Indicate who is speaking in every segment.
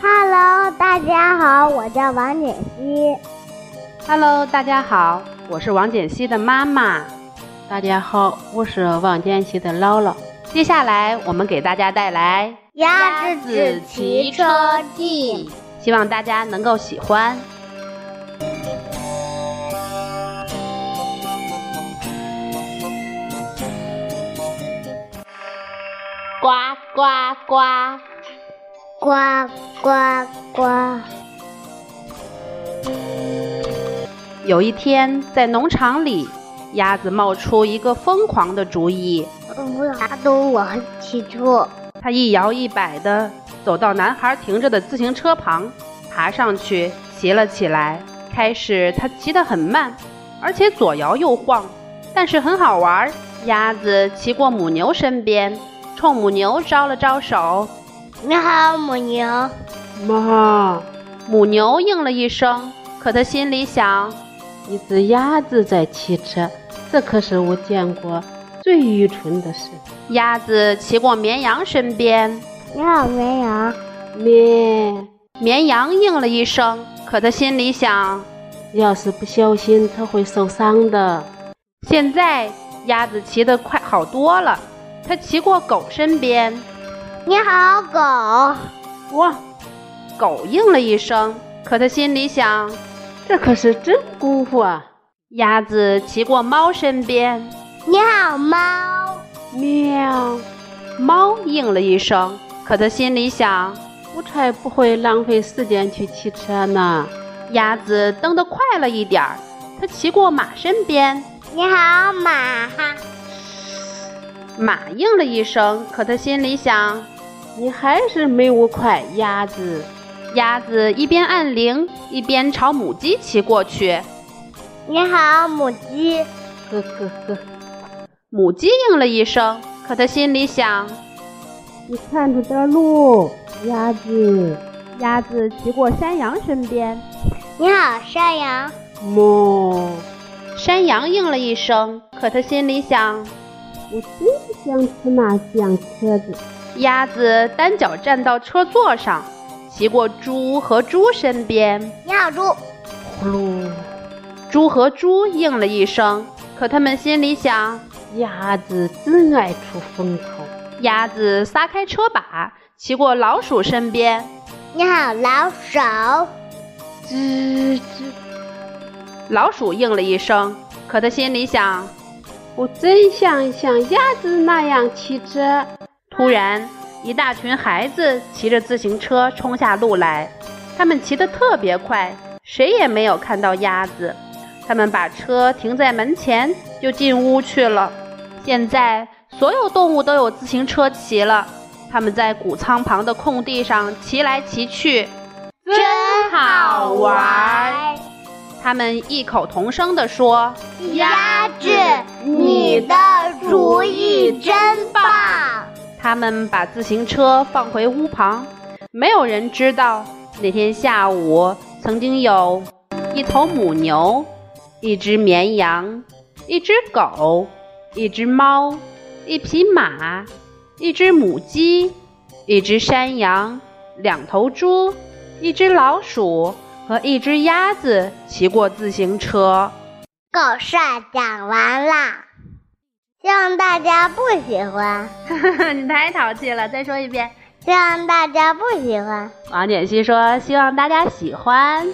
Speaker 1: Hello，大家好，我叫王简溪。
Speaker 2: Hello，大家好，我是王简溪的妈妈。大家好，我是王简溪的姥姥。接下来我们给大家带来
Speaker 1: 鸭子骑车记，
Speaker 2: 希望大家能够喜欢。
Speaker 3: 呱呱呱！
Speaker 1: 呱呱呱！
Speaker 2: 有一天，在农场里，鸭子冒出一个疯狂的主意，
Speaker 1: 嗯，打赌我会骑车。
Speaker 2: 它一摇一摆的走到男孩停着的自行车旁，爬上去骑了起来。开始它骑得很慢，而且左摇右晃，但是很好玩儿。鸭子骑过母牛身边，冲母牛招了招手，
Speaker 1: 你好，母牛。
Speaker 2: 妈，母牛应了一声，可它心里想：一只鸭子在骑车，这可是我见过最愚蠢的事。鸭子骑过绵羊身边，
Speaker 1: 你好，绵羊。
Speaker 2: 咩，绵羊应了一声，可它心里想：要是不小心，它会受伤的。现在鸭子骑得快好多了，它骑过狗身边，
Speaker 1: 你好，狗。
Speaker 2: 哇！狗应了一声，可它心里想：这可是真功夫啊！鸭子骑过猫身边，
Speaker 1: 你好，猫。
Speaker 2: 喵！猫应了一声，可它心里想：我才不会浪费时间去骑车呢。鸭子蹬得快了一点儿，它骑过马身边，
Speaker 1: 你好，马哈。
Speaker 2: 马应了一声，可它心里想：你还是没我快，鸭子。鸭子一边按铃，一边朝母鸡骑过去。
Speaker 1: 你好，母鸡。
Speaker 2: 咯咯咯，母鸡应了一声，可它心里想：
Speaker 4: 你看着点路，鸭子。
Speaker 2: 鸭子骑过山羊身边，
Speaker 1: 你好，山羊。
Speaker 4: 么，
Speaker 2: 山羊应了一声，可它心里想：
Speaker 4: 我最想吃麻酱车子。
Speaker 2: 鸭子单脚站到车座上，骑过猪和猪身边。
Speaker 1: 你好，猪。
Speaker 4: 呼噜，
Speaker 2: 猪和猪应了一声，可它们心里想：
Speaker 4: 鸭子真爱出风头。
Speaker 2: 鸭子撒开车把，骑过老鼠身边。
Speaker 1: 你好，老鼠。
Speaker 2: 吱吱。老鼠应了一声，可它心里想。
Speaker 4: 我真想像鸭子那样骑车。
Speaker 2: 突然，一大群孩子骑着自行车冲下路来，他们骑得特别快，谁也没有看到鸭子。他们把车停在门前，就进屋去了。现在，所有动物都有自行车骑了。他们在谷仓旁的空地上骑来骑去，
Speaker 1: 真好玩儿。
Speaker 2: 他们异口同声地说
Speaker 1: 鸭子，你的主意真棒！
Speaker 2: 他们把自行车放回屋旁，没有人知道那天下午曾经有一头母牛、一只绵羊、一只狗、一只猫、一匹马、一只母鸡、一只山羊、两头猪、一只老鼠和一只鸭子骑过自行车。
Speaker 1: 狗事儿讲完啦，希望大家不喜欢，
Speaker 2: 你太淘气了，再说一遍。
Speaker 1: 希望大家不喜欢，
Speaker 2: 王简熙说：“希望大家喜欢，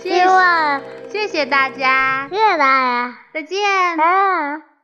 Speaker 1: 希望
Speaker 2: 谢谢大家
Speaker 1: 谢，谢大家，
Speaker 2: 再见
Speaker 1: 拜拜。